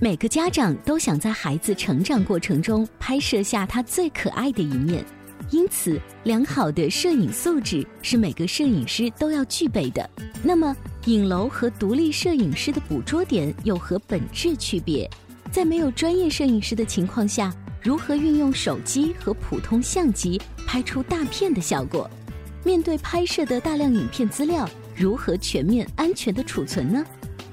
每个家长都想在孩子成长过程中拍摄下他最可爱的一面，因此，良好的摄影素质是每个摄影师都要具备的。那么，影楼和独立摄影师的捕捉点有何本质区别？在没有专业摄影师的情况下，如何运用手机和普通相机拍出大片的效果？面对拍摄的大量影片资料，如何全面安全的储存呢？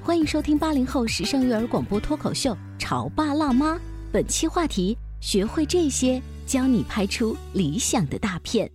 欢迎收听八零后时尚育儿广播脱口秀《潮爸辣妈》，本期话题：学会这些，教你拍出理想的大片。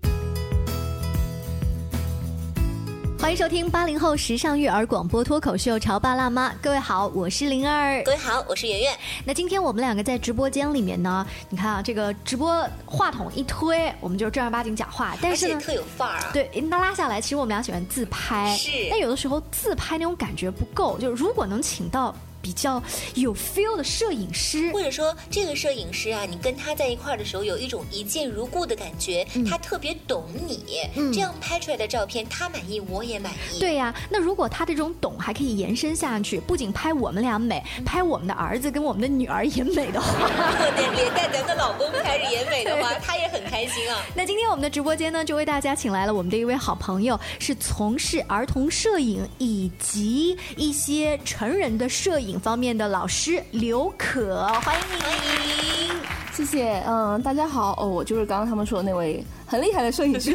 欢迎收听八零后时尚育儿广播脱口秀《潮爸辣妈》，各位好，我是灵儿。各位好，我是圆圆。那今天我们两个在直播间里面呢，你看啊，这个直播话筒一推，我们就是正儿八经讲话，但而是且呢。特有范儿啊！对，那拉下来，其实我们俩喜欢自拍，是但有的时候自拍那种感觉不够，就如果能请到比较有 feel 的摄影师，或者说，这个摄影师啊，你跟他在一块儿的时候，有一种一见如故的感觉，嗯他特别懂你，这样拍出来的照片，他满意，我也满意。，对呀、那如果他这种懂还可以延伸下去，不仅拍我们俩美，拍我们的儿子跟我们的女儿也美的话，我的脸带咱的老公开始也美的 话，他也很开心啊。那今天我们的直播间呢，就为大家请来了我们的一位好朋友，是从事儿童摄影以及一些成人的摄影方面的老师刘可，欢迎你。谢谢，嗯，大家好，哦，我就是刚刚他们说的那位很厉害的摄 影师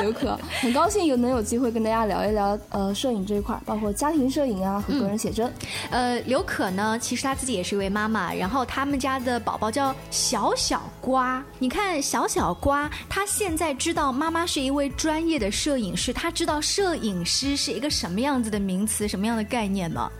刘可，很高兴有能有机会跟大家聊一聊呃摄影这一块儿，包括家庭摄影啊和个人写真。呃，刘可呢，其实她自己也是一位妈妈，然后他们家的宝宝叫小小瓜。你看小小瓜，她现在知道妈妈是一位专业的摄影师，她知道摄影师是一个什么样子的名词，什么样的概念吗？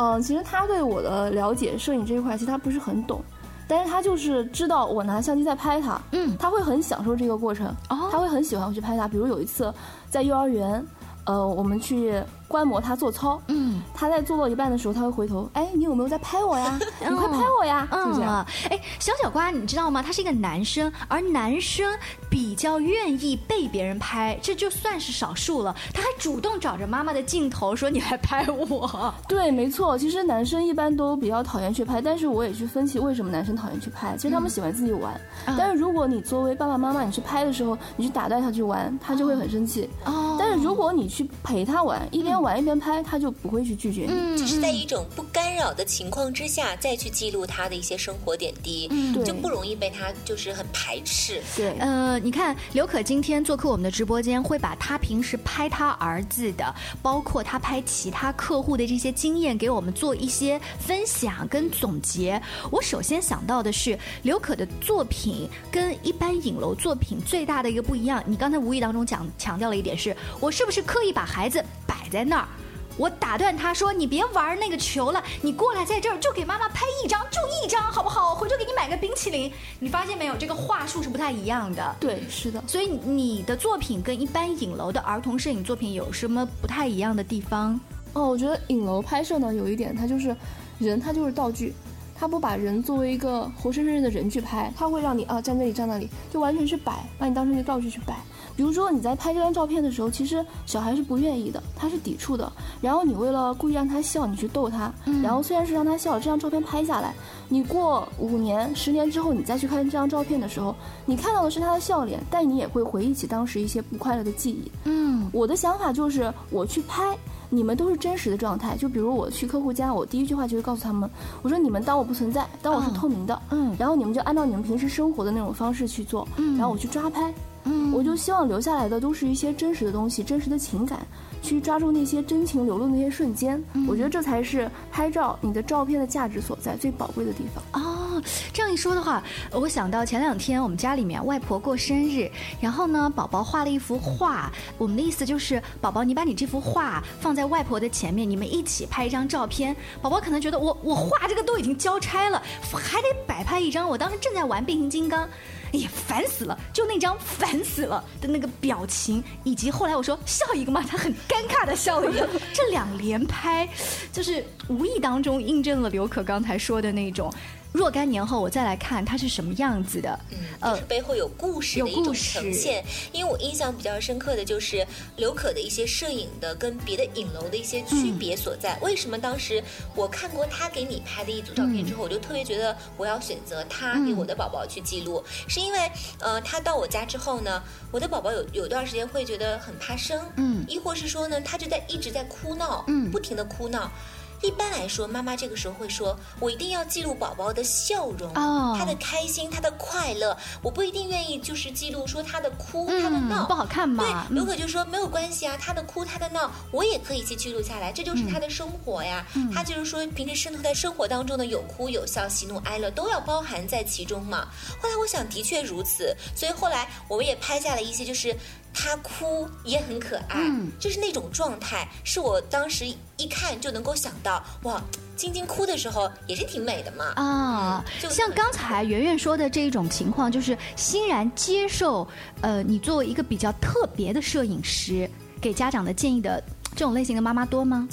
嗯、其实他对我的了解，摄影这一块其实他不是很懂。但是他就是知道我拿相机在拍他，嗯他会很享受这个过程，哦他会很喜欢我去拍他。比如有一次在幼儿园，呃，我们去观摩他做操，嗯，他在做到一半的时候，他会回头，哎，你有没有在拍 我呀？你快拍我呀！就这样。嗯，哎，小小瓜，你知道吗？他是一个男生，而男生比较愿意被别人拍，这就算是少数了。他还主动找着妈妈的镜头说：“你来拍我。对，没错，其实男生一般都比较讨厌去拍，但是我也去分析为什么男生讨厌去拍，其实嗯他们喜欢自己玩。啊但是如果你作为爸爸妈妈，你去拍的时候，你去打断他去玩，他就会很生气。”哦但是如果你去陪他玩，一嗯边玩一边拍，他就不会去拒绝你。嗯只是在一种不干扰的情况之下，再去记录他的一些生活点滴，嗯对就不容嗯易被他就是很排斥。对，呃，你看刘可今天做客我们的直播间，会把他平时拍他儿子的，包括他拍其他客户的这些经验，给我们做一些分享跟总结。我首先想到的是，刘可的作品跟一般影楼作品最大的一个不一样，你刚才无意当中讲强调了一点是，我是不是刻意把孩子摆在那儿？我打断他说：“你别玩那个球了，你过来在这儿就给妈妈拍一张，就一张好不好？回头给你买个冰淇淋。”你发现没有，这个话术是不太一样的。对，是的。所以你的作品跟一般影楼的儿童摄影作品有什么不太一样的地方？哦，我觉得影楼拍摄呢，有一点，它就是人，它就是道具，它不把人作为一个活生生的人去拍，它会让你啊站这里站那里，就完全是摆，把你当成一个道具去摆。比如说你在拍这张照片的时候，其实小孩是不愿意的，他是抵触的。然后你为了故意让他笑，你去逗他，然后虽然是让他笑，这张照片拍下来，你过五年、十年之后，你再去看这张照片的时候，你看到的是他的笑脸，但你也会回忆起当时一些不快乐的记忆。嗯我的想法就是我去拍，你们都是真实的状态。就比如我去客户家，我第一句话就会告诉他们，我说你们当我不存在，当我是透明的，嗯然后你们就按照你们平时生活的那种方式去做，嗯然后我去抓拍，嗯我就希望留下来的都是一些真实的东西，真实的情感。去抓住那些真情流露的那些瞬间，嗯我觉得这才是拍照你的照片的价值所在，最宝贵的地方。哦，这样一说的话，我想到前两天我们家里面外婆过生日，然后呢，宝宝画了一幅画。我们的意思就是，宝宝，你把你这幅画放在外婆的前面，你们一起拍一张照片。宝宝可能觉得我我画这个都已经交差了，还得摆拍一张。我当时正在玩变形金刚。哎呀，烦死了！就那张烦死了的那个表情，以及后来我说笑一个嘛，他很尴尬的笑了一个，这两连拍，就是无意当中印证了刘可刚才说的那种，若干年后我再来看它是什么样子的。嗯，呃就是背后有故事的一种呈现。因为我印象比较深刻的就是刘可的一些摄影的跟别的影楼的一些区别所在。为什么当时我看过他给你拍的一组照片之后，我就特别觉得我要选择他给我的宝宝去记录，是因为呃，他到我家之后呢，我的宝宝有有段时间会觉得很怕生，嗯亦或是说呢，他就在一直在哭闹，嗯不停的哭闹。一般来说，妈妈这个时候会说：“我一定要记录宝宝的笑容，哦他的开心，他的快乐。我不一定愿意就是记录说他的哭，他的嗯，闹。不好看嘛。对，嗯刘可就说没有关系啊，他的哭，他的闹，我也可以去记录下来，这就是他的生活呀。嗯他就是说，平时生活在生活当中的有哭有笑、喜怒哀乐都要包含在其中嘛。后来我想，的确如此，所以后来我们也拍下了一些，就是他哭也很可爱，嗯就是那种状态，是我当时一看就能够想到，哇，晶晶哭的时候也是挺美的嘛。啊嗯，就像刚才圆圆说的这一种情况，就是欣然接受，呃，你作为一个比较特别的摄影师，给家长的建议的这种类型的妈妈多吗？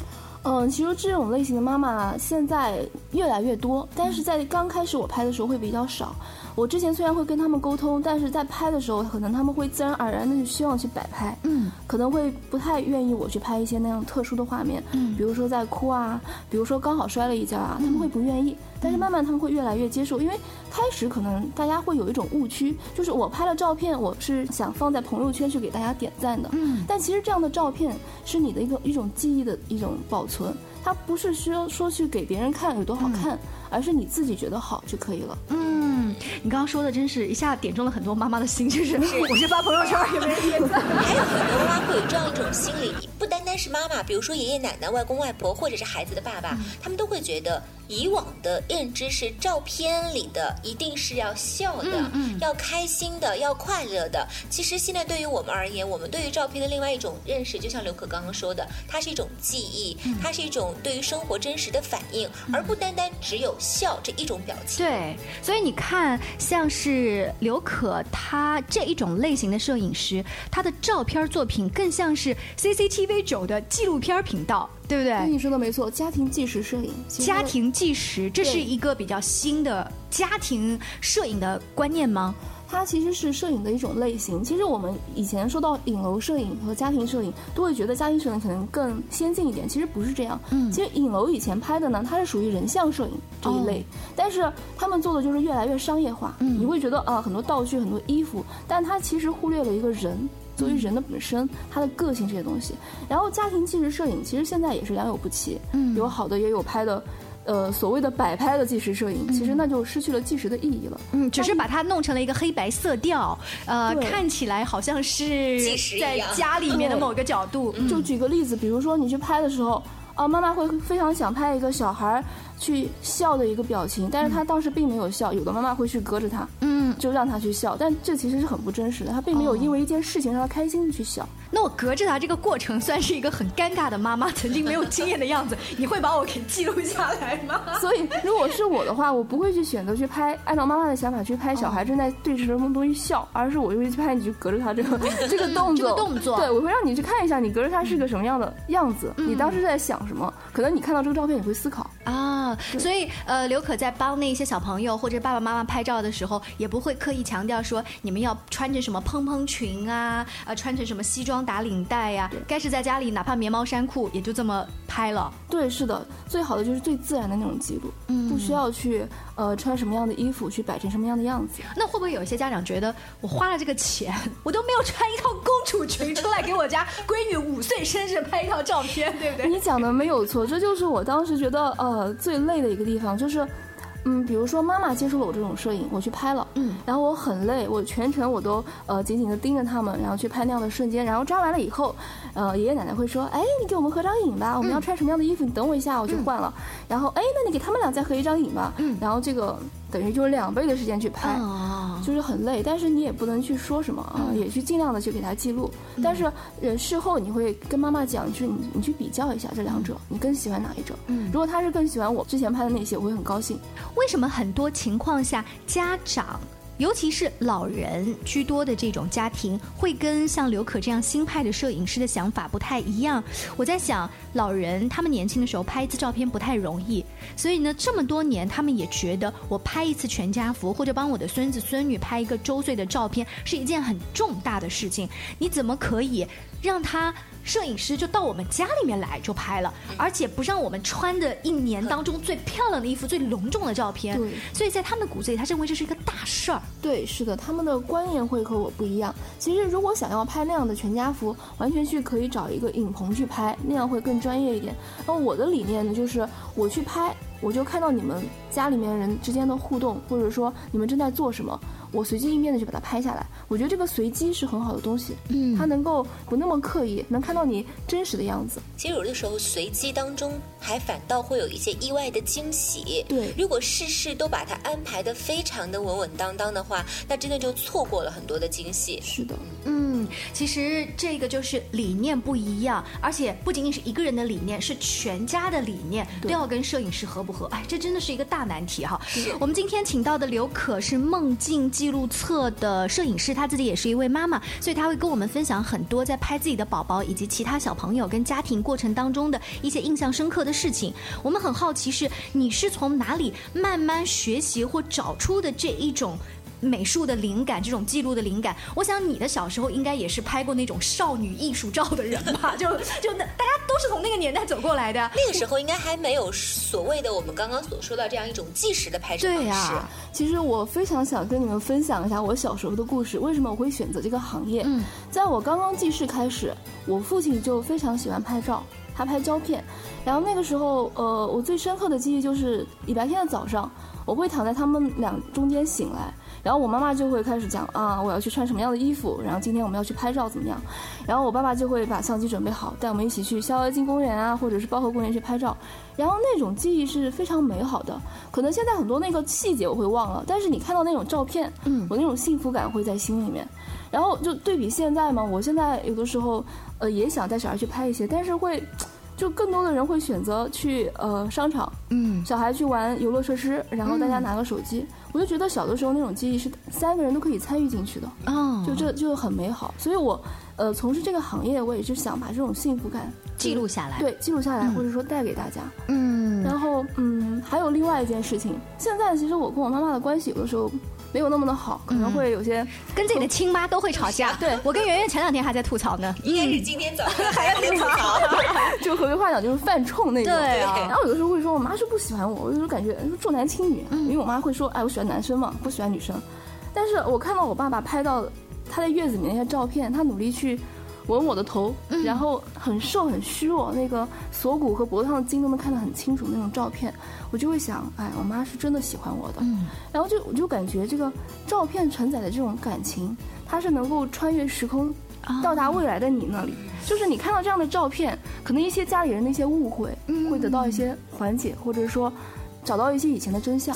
嗯，其实这种类型的妈妈现在越来越多，但是在刚开始我拍的时候会比较少。我之前虽然会跟他们沟通，但是在拍的时候，可能他们会自然而然的就希望去摆拍，嗯，可能会不太愿意我去拍一些那样特殊的画面，嗯比如说在哭啊，比如说刚好摔了一跤啊，他们会不愿意。但是慢慢他们会越来越接受，因为开始可能大家会有一种误区，就是我拍了照片，我是想放在朋友圈去给大家点赞的，嗯但其实这样的照片是你的一个一种记忆的一种保存，它不是需要说去给别人看有多好看，而是你自己觉得好就可以了。嗯，你刚刚说的真是一下点中了很多妈妈的心，就是我是发朋友圈儿也没人点赞。还有很多妈妈会有这样一种心理，不单单是妈妈，比如说爷爷奶奶、外公外婆，或者是孩子的爸爸，他们都会觉得以往的认知是照片里的一定是要笑的，要开心的，要快乐的。其实现在对于我们而言，我们对于照片的另外一种认识，就像刘可刚刚说的，它是一种记忆，它是一种对于生活真实的反应，而不单单只有笑这一种表情。对，所以你看，像是刘可他这一种类型的摄影师，他的照片作品更像是 CCTV 九的纪录片频道，对不对？对，你说的没错，家庭纪实摄影，其实哎家庭纪实，这是对一个比较新的家庭摄影的观念吗？它其实是摄影的一种类型。其实我们以前说到影楼摄影和家庭摄影，都会觉得家庭摄影可能更先进一点，其实不是这样。嗯其实影楼以前拍的呢，它是属于人像摄影这一类，但是他们做的就是越来越商业化。哦嗯你会觉得啊、很多道具、很多衣服，但它其实忽略了一个人。作为人的本嗯身，他的个性这些东西，然后家庭纪实摄影其实现在也是良莠不齐，嗯有好的也有拍的，呃，所谓的摆拍的纪实摄影，其实那就失去了纪实的意义了。嗯，只是把它弄成了一个黑白色调，呃，对看起来好像是纪实一在样家里面的某个角度。就举个例子，比如说你去拍的时候，啊，妈妈会非常想拍一个小孩儿去笑的一个表情，但是他当时并没有笑，有的妈妈会去隔着他，嗯，哦就让他去笑，但这其实是很不真实的，他并没有因为一件事情让他开心的去笑。那我隔着他这个过程 算是一个很尴尬的妈妈曾经没有经验的样子，你会把我给记录下来吗？所以如果是我的话，我不会去选择去拍按照妈妈的想法去拍小孩哦正在对着什么东西笑，而是我就会去拍你去隔着他 这个这个动作，这个动作嗯对我会让你去看一下你隔着他是个什么样的样子，你当时在想什么，可能你看到这个照片你会思考。啊啊，所以呃，刘可在帮那些小朋友或者爸爸妈妈拍照的时候，也不会刻意强调说你们要穿着什么蓬蓬裙啊，啊，穿成什么西装打领带呀、该是在家里哪怕棉毛衫裤也就这么拍了。对，是的，最好的就是最自然的那种记录，嗯不需要去呃穿什么样的衣服去摆成什么样的样子。 那会不会有一些家长觉得我花了这个钱，我都没有穿一套公主裙出来给我家闺女五岁生日拍一套照片，对不对？你讲的没有错，这就是我当时觉得呃最累的一个地方，就是，嗯，比如说妈妈接触了我这种摄影，我去拍了，嗯，然后我很累，我全程我都呃紧紧的盯着他们，然后去拍那样的瞬间，然后抓完了以后，呃，爷爷奶奶会说，哎，你给我们合张影吧，我嗯们要穿什么样的衣服，你等我一下，我去换了，然后哎，那你给他们俩再合一张影吧，嗯然后这个等于就是两倍的时间去拍，哦，嗯就是很累，但是你也不能去说什么啊，也去尽量的去给他记录。但是呃，事后你会跟妈妈讲，就是你你去比较一下这两者，你更喜欢哪一者？嗯如果他是更喜欢我之前拍的那些，我会很高兴。为什么很多情况下家长？尤其是老人居多的这种家庭，会跟像刘可这样新派的摄影师的想法不太一样。我在想，老人他们年轻的时候拍一次照片不太容易，所以呢，这么多年他们也觉得我拍一次全家福，或者帮我的孙子孙女拍一个周岁的照片，是一件很重大的事情。你怎么可以让他摄影师就到我们家里面来就拍了，而且不让我们穿的一年当中最漂亮的衣服、最隆重的照片？对所以在他们的骨子里，他认为这是一个大事儿。对，是的，他们的观念会和我不一样。其实如果想要拍那样的全家福，完全去可以找一个影棚去拍，那样会更专业一点。那我的理念呢，就是我去拍，我就看到你们家里面人之间的互动，或者说你们正在做什么，我随机应变的就把它拍下来。我觉得这个随机是很好的东西，嗯它能够不那么刻意，能看到你真实的样子。其实有的时候随机当中还反倒会有一些意外的惊喜。对如果事事都把它安排的非常的稳稳当当的话，那真的就错过了很多的惊喜。是的，嗯，其实这个就是理念不一样，而且不仅仅是一个人的理念，是全家的理念都对要跟摄影师合不合。哎，这真的是一个大难题哈。我们今天请到的刘可是梦境记录册的摄影师，她自己也是一位妈妈，所以她会跟我们分享很多在拍自己的宝宝以及其他小朋友跟家庭过程当中的一些印象深刻的事情。我们很好奇是你是从哪里慢慢学习或找出的这一种。美术的灵感，这种记录的灵感，我想你的小时候应该也是拍过那种少女艺术照的人吧？ 就就那大家都是从那个年代走过来的。那个时候应该还没有所谓的我们刚刚所说到这样一种计时的拍摄方对式。呀、其实我非常想跟你们分享一下我小时候的故事，为什么我会选择这个行业？嗯，在我刚刚记事开始，我父亲就非常喜欢拍照，他拍胶片。然后那个时候，呃，我最深刻的记忆就是礼拜天的早上，我会躺在他们俩中间醒来，然后我妈妈就会开始讲啊，我要去穿什么样的衣服，然后今天我们要去拍照怎么样。然后我爸爸就会把相机准备好，带我们一起去逍遥津公园啊，或者是包河公园去拍照。然后那种记忆是非常美好的，可能现在很多那个细节我会忘了，但是你看到那种照片，嗯我那种幸福感会在心里面。然后就对比现在嘛，我现在有的时候，呃，也想带小孩去拍一些，但是会，就更多的人会选择去呃商场，嗯，小孩去玩游乐设施，然后大家拿个手机，我就觉得小的时候那种记忆是三个人都可以参与进去的，哦，就这就很美好。所以我，呃，从事这个行业，我也是想把这种幸福感记录下来。，对记录下来，嗯或者说带给大家。嗯然后，嗯，还有另外一件事情，现在其实我跟我妈妈的关系有的时候没有那么的好，可嗯能会有些、跟自己的亲妈都会吵架。对我跟圆圆前两天还在吐槽呢。应该是今天早上嗯 还要吐槽。就合约话讲就是犯冲那种。对啊然后有的时候会说我妈是不喜欢我，我有时候感觉嗯重男轻女，嗯因为我妈会说，哎，我喜欢男生嘛，不喜欢女生。但是我看到我爸爸拍到他在月子里面那些照片，他努力去吻我的头，嗯然后很瘦很虚弱，那个锁骨和脖子上的筋都能看得很清楚那种照片，我就会想，哎，我妈是真的喜欢我的。嗯然后就我就感觉这个照片承载的这种感情，它是能够穿越时空，啊到达未来的你那里。就是你看到这嗯样的照片，可能一些家里人的一些误会会得到一些缓解，或者说找到一些以前的真相。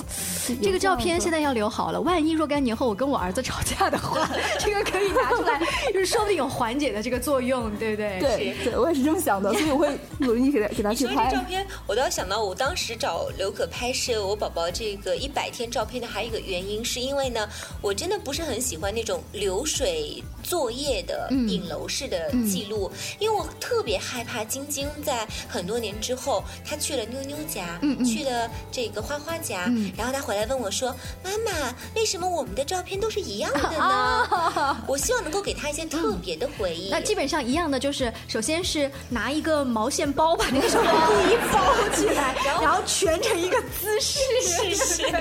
这个照片现在在要留好了，万一若干年后我跟我儿子吵架的话， 这个可以拿出来，就是说不定有缓解的这个作用，对不对？对对，我也是这么 想的，所以我会努力给他给他你去说这拍照。片，我倒想到我当时找刘可拍摄我宝宝这个一百天照片的，还有一个原因是因为呢，我真的不是很喜欢那种流水作业的嗯影楼式的记录，因为我特别害怕晶晶在很多年之后，她去了妞妞家，嗯嗯去了这个花花家，嗯然后她回来问我说：“妈妈，为什么我们的照片都是一样的呢？” 我希望能够给她一些特别的回忆。嗯那基本上一样的，就是首先是拿一个毛线包把那个手故意包起来，然后蜷成一个姿势。是是。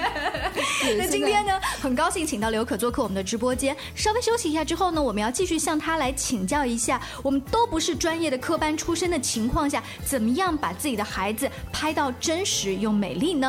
那今天呢，很高兴请到刘可做客我们的直播间。稍微休息一下之后呢，我们要继续向他来请教一下，我们都不是专业的科班出身的情况下，怎么样把自己的孩子拍到真实又美丽呢？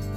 “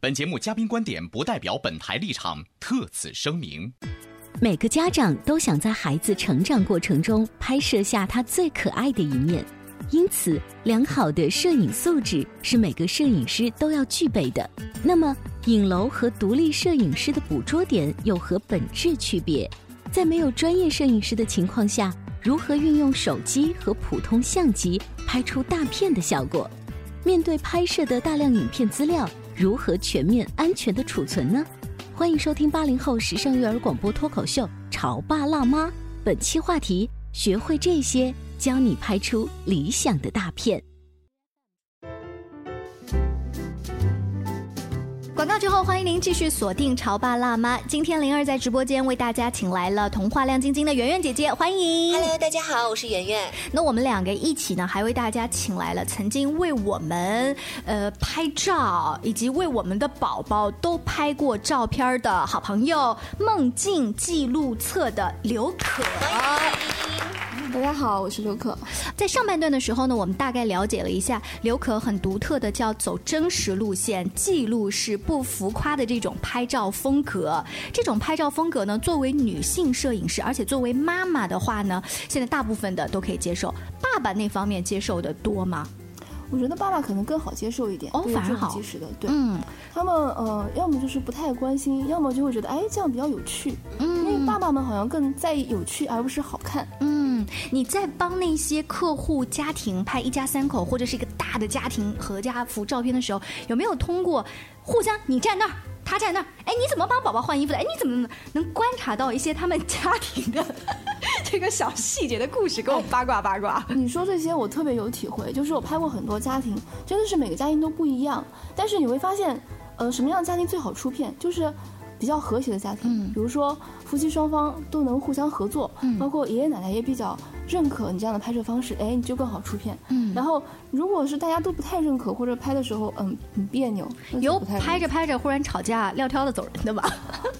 本节目嘉宾观点不代表本台立场，特此声明。每个家长都想在孩子成长过程中拍摄下他最可爱的一面，因此，良好的摄影素质是每个摄影师都要具备的。那么，影楼和独立摄影师的捕捉点有何本质区别？在没有专业摄影师的情况下，如何运用手机和普通相机拍出大片的效果？面对拍摄的大量影片资料，如何全面安全的储存呢？欢迎收听八零后时尚育儿广播脱口秀《潮爸辣妈》。本期话题：学会这些，教你拍出理想的大片。广告之后，欢迎您继续锁定《潮爸辣妈》。今天灵儿在直播间为大家请来了童话亮晶晶的圆圆姐姐，欢迎。 Hello，大家好，我是圆圆。那我们两个一起呢，还为大家请来了曾经为我们呃拍照，以及为我们的宝宝都拍过照片儿的好朋友梦境记录册的刘可。大家好，我是刘可。在上半段的时候呢，我们大概了解了一下刘可很独特的叫走真实路线、记录式、不浮夸的这种拍照风格。这种拍照风格呢，作为女性摄影师，而且作为妈妈的话呢，现在大部分的都可以接受。爸爸那方面接受的多吗？我觉得爸爸可能更好接受一点，哦对于反而这种好及时的，对、嗯他们呃，要么就是不太关心，要么就会觉得哎这样比较有趣，因为嗯爸爸们好像更在意有趣而不是好看。嗯，你在帮那些客户家庭拍一家三口或者是一个大的家庭合家福照片的时候，有没有通过互相你站那儿？他站那儿，哎，你怎么帮宝宝换衣服的？哎，你怎么能观察到一些他们家庭的这个小细节的故事？给哎我八卦八卦。你说这些我特别有体会，就是我拍过很多家庭，真的是每个家庭都不一样。但是你会发现，呃，什么样的家庭最好出片？就是比较和谐的家庭，嗯比如说夫妻双方都能互相合作，嗯包括爷爷奶奶也比较认可你这样的拍摄方式，哎，你就更好出片。嗯然后如果是大家都不太认可，或者拍的时候嗯很别扭，那就有不太拍着拍着忽然吵架撂挑子走人的吧？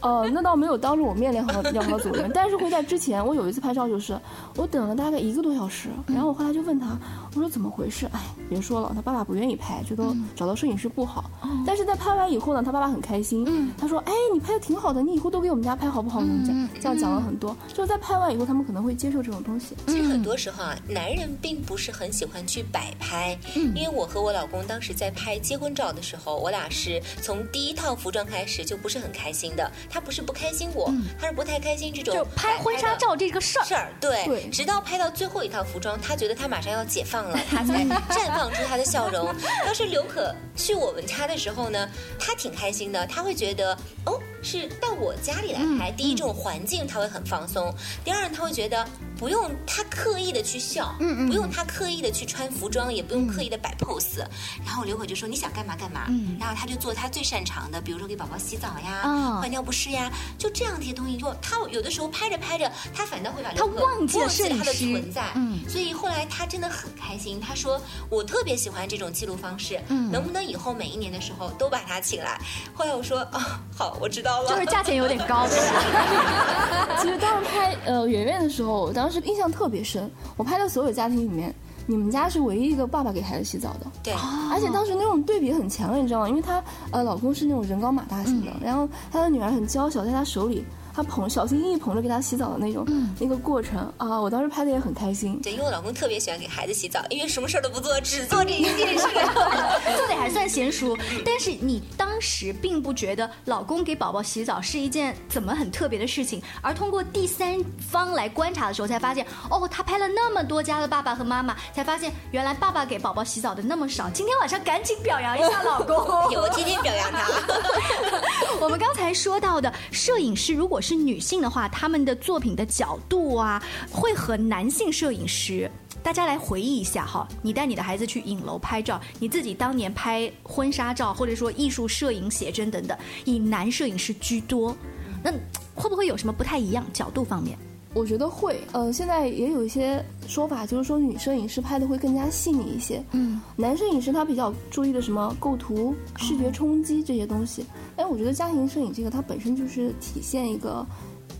呃，那倒没有当着我面两好两好组人，但是会在之前，我有一次拍照就是，我等了大概一个多小时，然后我后来就问他，我说怎么回事？哎，别说了，他爸爸不愿意拍，觉得找到摄影师不好。但是在拍完以后呢，他爸爸很开心，他说，哎，你拍的挺好的，你以后都给我们家拍好不好？我们家这样讲了很多，就是在拍完以后，他们可能会接受这种东西。其实很嗯多时候啊，男人并不是很喜欢去摆拍，嗯因为我和我老公当时在拍结婚照的时候，我俩是从第一套服装开始就不是很开心的。他不是不开心我，他是不太开心这种嗯就拍婚纱照这个事摆儿拍的。事儿，对，对直到拍到最后一套服装，他觉得他马上要解放了，他才绽放出他的笑容。当时刘可去我们家的的时候呢，他挺开心的，他会觉得哦，是到我家里来拍。嗯第一，这种环境他会很放松；第二，他会觉得不用他刻意的去笑，嗯嗯不用他刻意的去穿服装，也不用刻意的摆 pose。然后刘可就说：“你想干嘛干嘛。嗯然后他就做他最擅长的，比如说给宝宝洗澡呀、哦换尿不湿呀，就这样这些东西。就他有的时候拍着拍着，他反倒会把他刘可忘记了摄影他的师存在。嗯所以后来他真的很开心，他说我特别喜欢这种记录方式，嗯能不能以后每一年的时候都把它请来？后来我说哦，好，我知道了。 哦就是价钱有点高，对吧？ 其实当时拍呃圆圆的时候，我当时印象特别深。我拍的所有家庭里面，你们家是唯一一个爸爸给孩子洗澡的。对，而且当时那种对比很强烈，你知道吗？因为她呃老公是那种人高马大型的，然后她的女儿很娇小，在她手里，她捧小心翼翼捧着给她洗澡的那种、那个过程啊，我当时拍的也很开心。对，因为我老公特别喜欢给孩子洗澡，因为什么事儿都不做，只做这一件事。，做的还算娴熟，但是你当时并不觉得老公给宝宝洗澡是一件怎么很特别的事情，而通过第三方来观察的时候，才发现哦，他拍了那么多家的爸爸和妈妈，才发现原来爸爸给宝宝洗澡的那么少。今天晚上赶紧表扬一下老公有我天天表扬他。 我们刚才说到的摄影师，如果是女性的话，他们的作品的角度啊，会和男性摄影师。大家来回忆一下哈，你带你的孩子去影楼拍照，你自己当年拍婚纱照，或者说艺术摄影、写真等等，以男摄影师居多，那会不会有什么不太一样角度方面？我觉得会，呃，现在也有一些说法，就是说女摄影师拍的会更加细腻一些，嗯，男摄影师他比较注意的什么构图、视哦觉冲击这些东西，但我觉得家庭摄影这个它本身就是体现一个，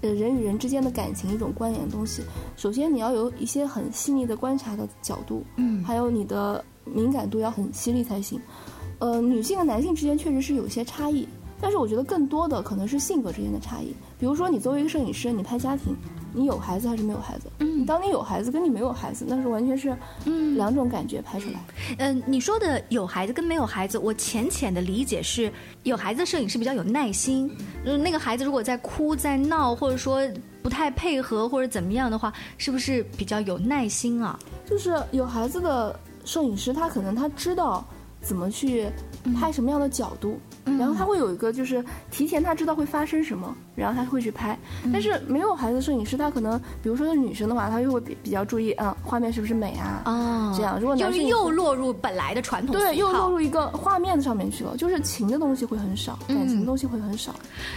呃，人与人之间的感情一种关联的东西。首先你要有一些很细腻的观察的角度，嗯还有你的敏感度要很犀利才行。呃，女性和男性之间确实是有些差异，但是我觉得更多的可能是性格之间的差异。比如说，你作为一个摄影师，你拍家庭，你有孩子还是没有孩子？嗯，当你有孩子跟你没有孩子，那是完全是两种感觉拍出来。嗯，你说的有孩子跟没有孩子，我浅浅的理解是，有孩子的摄影师比较有耐心。嗯，那个孩子如果在哭、在闹，或者说不太配合或者怎么样的话，是不是比较有耐心啊？就是有孩子的摄影师，他可能他知道怎么去嗯拍什么样的角度，然后他会有一个就是提前他知道会发生什么，然后他会去拍。嗯但是没有孩子的摄影师，他可能比如说是女生的话，他就会比比较注意，嗯，画面是不是美啊？哦这样如果男就生是也又落入本来的传统对，俗又套落入一个画面上面去了，就是情的东西会很少，感情的东西会很少。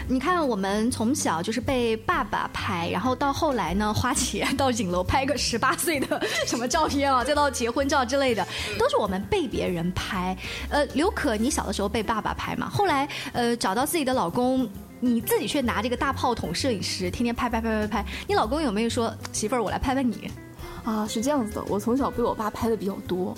你看，我们从小就是被爸爸拍，然后到后来呢，花姐到影楼拍个 十八岁的什么照片啊，再到结婚照之类的，都是我们被别人拍。呃，刘可，你小的时候被爸爸拍嘛？后来呃，找到自己的老公。你自己却拿这个大炮筒摄影师，天天拍拍拍拍拍。你老公有没有说媳妇儿，我来拍拍你？啊，是这样子的，我从小被我爸拍的比较多，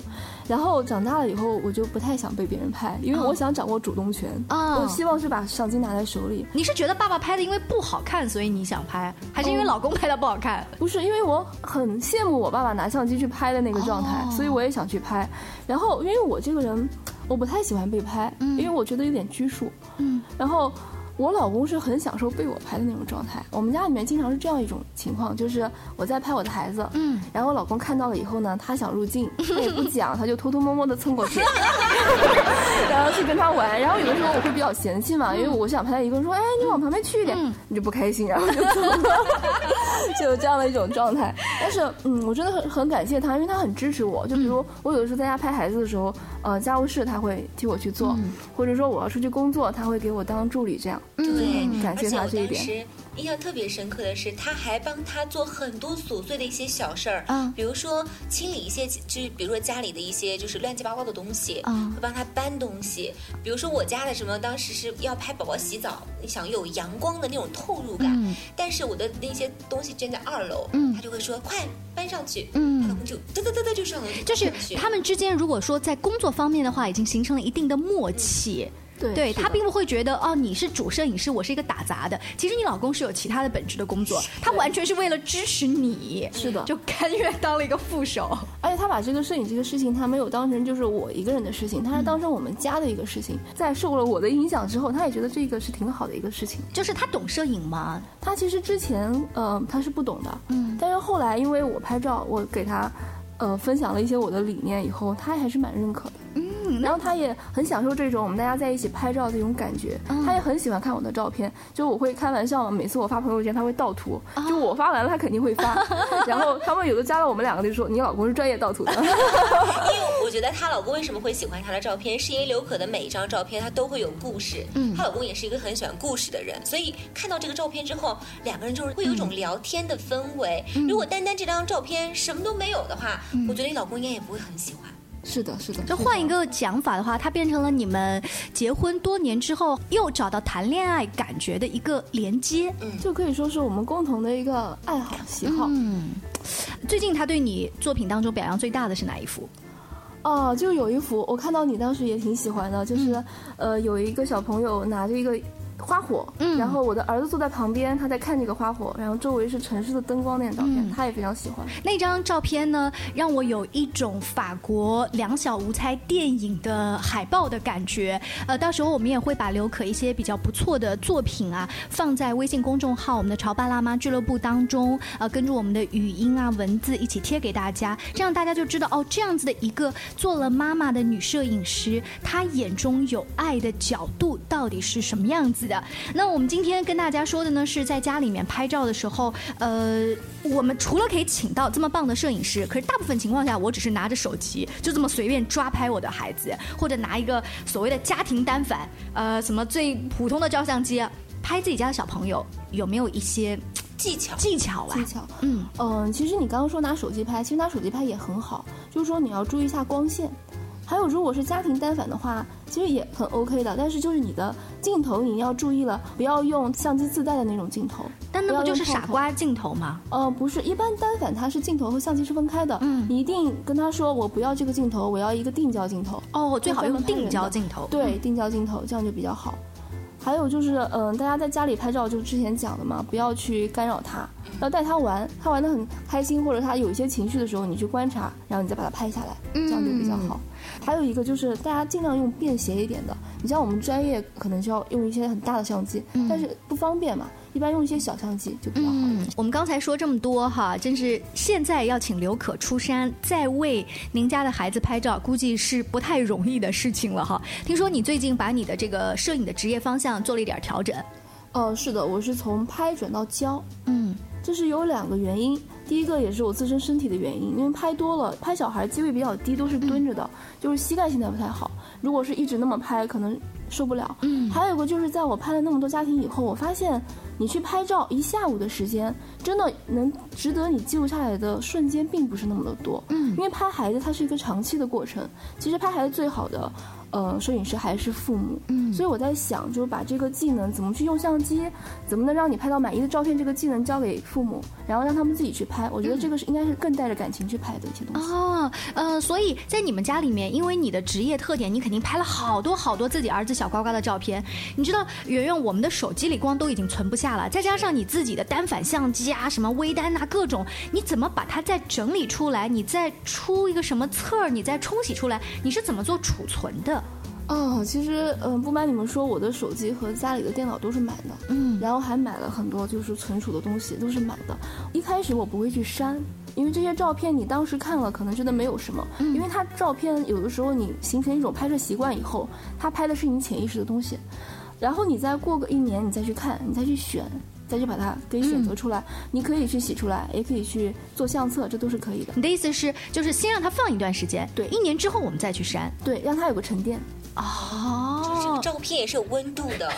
然后长大了以后，我就不太想被别人拍，因为我想掌握主动权。哦我希望是把相机拿在手里。你是觉得爸爸拍的因为不好看，所以你想拍，还是因为嗯老公拍的不好看？不是因为我很羡慕我爸爸拿相机去拍的那个状态，哦所以我也想去拍。然后因为我这个人，我不太喜欢被拍，因为我觉得有点拘束。嗯，然后我老公是很享受被我拍的那种状态。我们家里面经常是这样一种情况，就是我在拍我的孩子，嗯，然后我老公看到了以后呢，他想 入镜，他也不讲，他就偷偷摸摸的蹭过去， 然后去跟他玩。然后有的时候我会比较嫌弃嘛，嗯因为我想拍他一个人说，哎，你往旁边去一点，你就不开心，然后就走了， 就有这样的一种状态。但是，嗯，我真的很很感谢他，因为他很支持我。嗯就比如我有的时候在家拍孩子的时候，呃，家务事他会替我去做，嗯或者说我要出去工作，他会给我当助理这样。嗯对，感谢他这一点嗯而且我当时印象特别深刻的是，他还帮他做很多琐碎的一些小事儿，嗯比如说清理一些，就是比如说家里的一些就是乱七八糟的东西，嗯会帮他搬东西。比如说我家的什么，当时是要拍宝宝洗澡，你想有阳光的那种透入感，嗯但是我的那些东西捐在二楼，嗯他就会说快搬上去，嗯他老公就哒哒哒哒就上楼，就是搬上去他们之间，如果说在工作方面的话，已经形成了一定的默契。对嗯对是他的并不会觉得哦，你是主摄影师，我是一个打杂的。其实你老公是有其他的本职的工作，他完全是为了支持你，是的就甘愿当了一个副手。而且他把这个摄影这个事情，他没有当成就是我一个人的事情，他是当成我们家的一个事情。在受了我的影响之后，他也觉得这个是挺好的一个事情。就是他懂摄影吗？他其实之前，呃，他是不懂的，嗯但是后来因为我拍照，我给他，呃，分享了一些我的理念以后，他还是蛮认可的。嗯，然后他也很享受这种我们大家在一起拍照的这种感觉，嗯他也很喜欢看我的照片。就我会开玩笑，每次我发朋友圈他会盗图，啊就我发完了他肯定会发。 然后他们有的加了我们两个就说你老公是专业盗图的， 因为我觉得她老公为什么会喜欢她的照片，是因为刘可的每一张照片她都会有故事。嗯她老公也是一个很喜欢故事的人，所以看到这个照片之后，两个人就是会有一种聊天的氛围。嗯如果单单这张照片什么都没有的话，我觉得你老公应该也不会很喜欢。是的，是的。就换一个讲法的话，它变成了你们结婚多年之后又找到谈恋爱感觉的一个连接，就可以说是我们共同的一个爱好喜好。嗯，最近他对你作品当中表扬最大的是哪一幅？哦，就有一幅我看到你当时也挺喜欢的，就是、嗯呃有一个小朋友拿着一个。花火，然后我的儿子坐在旁边，他在看这个花火，然后周围是城市的灯光那张照片，嗯他也非常喜欢。那张照片呢，让我有一种法国两小无猜电影的海报的感觉。呃，到时候我们也会把刘可一些比较不错的作品啊，放在微信公众号我们的潮爸辣妈俱乐部当中，呃，跟着我们的语音啊、文字一起贴给大家，这样大家就知道哦，这样子的一个做了妈妈的女摄影师，她眼中有爱的角度到底是什么样子的。那我们今天跟大家说的呢，是在家里面拍照的时候，呃，我们除了可以请到这么棒的摄影师，可是大部分情况下，我只是拿着手机就这么随便抓拍我的孩子，或者拿一个所谓的家庭单反，呃，什么最普通的照相机拍自己家的小朋友，有没有一些技巧？技巧啊，技巧。嗯嗯，其实你刚刚说拿手机拍，其实拿手机拍也很好，就是说你要注意一下光线。还有，如果是家庭单反的话，其实也很 OK 的，但是就是你的镜头你要注意了，不要用相机自带的那种镜头。但那要不就用是透傻透瓜镜头吗？呃，不是，一般单反它是镜头和相机是分开的。嗯，你一定跟他说我不要这个镜头，我要一个定焦镜头。哦，最好专用门拍人定焦的镜头对，嗯定焦镜头这样就比较好。还有就是，嗯、大家在家里拍照，就之前讲的嘛，不要去干扰他，要带他玩，他玩的很开心，或者他有一些情绪的时候，你去观察，然后你再把它拍下来，这样就比嗯较好。还有一个就是，大家尽量用便携一点的。你像我们专业可能就要用一些很大的相机，但是不方便嘛，一般用一些小相机就比较好。嗯，我们刚才说这么多哈，真是现在要请刘可出山，再为您家的孩子拍照，估计是不太容易的事情了哈。听说你最近把你的这个摄影的职业方向做了一点调整，呃，是的，我是从拍转到教，嗯，这是有两个原因。第一个也是我自身身体的原因，因为拍多了，拍小孩机位比较低，都是蹲着的，就是膝盖现在不太好。如果是一直那么拍，可能受不了。嗯，还有一个就是在我拍了那么多家庭以后，我发现你去拍照一下午的时间，真的能值得你记录下来的瞬间并不是那么的多。嗯，因为拍孩子它是一个长期的过程，其实拍孩子最好的。呃，摄影师还是父母，嗯，所以我在想，就是把这个技能怎么去用相机，怎么能让你拍到满意的照片，这个技能交给父母，然后让他们自己去拍。我觉得这个是应该是更带着感情去拍的一些东西。哦，呃，所以在你们家里面，因为你的职业特点，你肯定拍了好多好多自己儿子小呱呱的照片。你知道，圆圆，我们的手机里光都已经存不下了，再加上你自己的单反相机啊，什么微单啊，各种，你怎么把它再整理出来？你再出一个什么册儿？你再冲洗出来？你是怎么做储存的？哦，其实，嗯、不瞒你们说，我的手机和家里的电脑都是满的，嗯，然后还买了很多就是存储的东西，都是满的。一开始我不会去删，因为这些照片你当时看了可能觉得没有什么，因为它照片有的时候你形成一种拍摄习惯以后，它拍的是你潜意识的东西，然后你再过个一年你再去看，你再去选。再去把它给选择出来，你可以去洗出来，也可以去做相册，这都是可以的。你的意思是，就是先让它放一段时间，对，一年之后我们再去删。对，让它有个沉淀。就是这哦个，照片也是有温度的。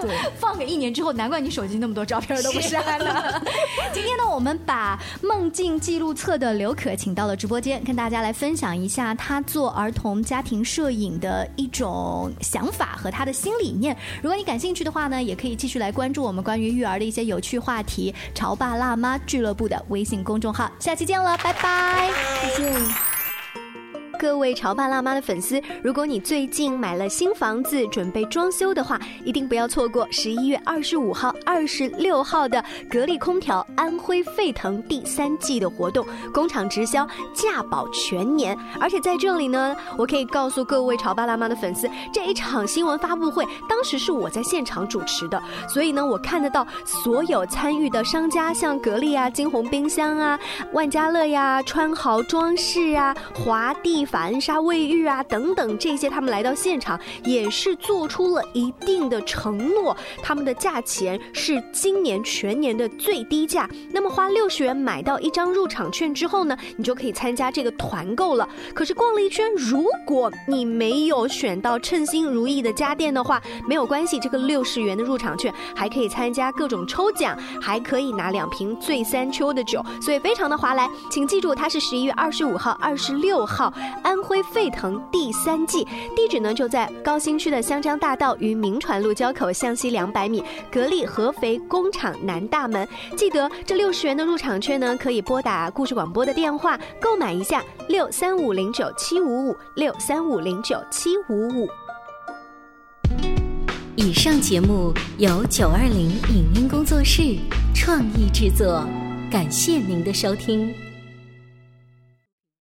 对对。放个一年之后，难怪你手机那么多照片都不删了。 今天呢，我们把梦境记录册的刘可请到了直播间，跟大家来分享一下她做儿童家庭摄影的一种想法和她的新理念。如果你感兴趣的话呢，也可以继续来关注我们关于育儿的一些有趣话题——潮爸辣妈俱乐部的微信公众号。下期见了，拜拜。再见。各位潮爸辣妈的粉丝，如果你最近买了新房子，准备装修的话，一定不要错过十一月二十五号、二十六号的格力空调安徽沸腾第三季的活动，工厂直销价保全年。而且在这里呢，我可以告诉各位潮爸辣妈的粉丝，这一场新闻发布会当时是我在现场主持的，所以呢，我看得到所有参与的商家，像格力啊、金鸿冰箱啊、万家乐呀、川豪装饰啊、华帝。法恩莎卫浴啊等等这些，他们来到现场也是做出了一定的承诺，他们的价钱是今年全年的最低价。那么花六十元买到一张入场券之后呢，你就可以参加这个团购了。可是逛了一圈，如果你没有选到称心如意的家电的话，没有关系，这个六十元的入场券还可以参加各种抽奖，还可以拿两瓶醉三秋的酒，所以非常的划来。请记住，它是十一月二十五号、二十六号，安徽沸腾第三季，地址呢就在高新区的湘江大道与明传路交口向西两百米，格力合肥工厂南大门。记得这六十元的入场券呢，可以拨打故事广播的电话购买一下，六三五零九七五五六三五零九七五五。以上节目由九二零影音工作室创意制作，感谢您的收听。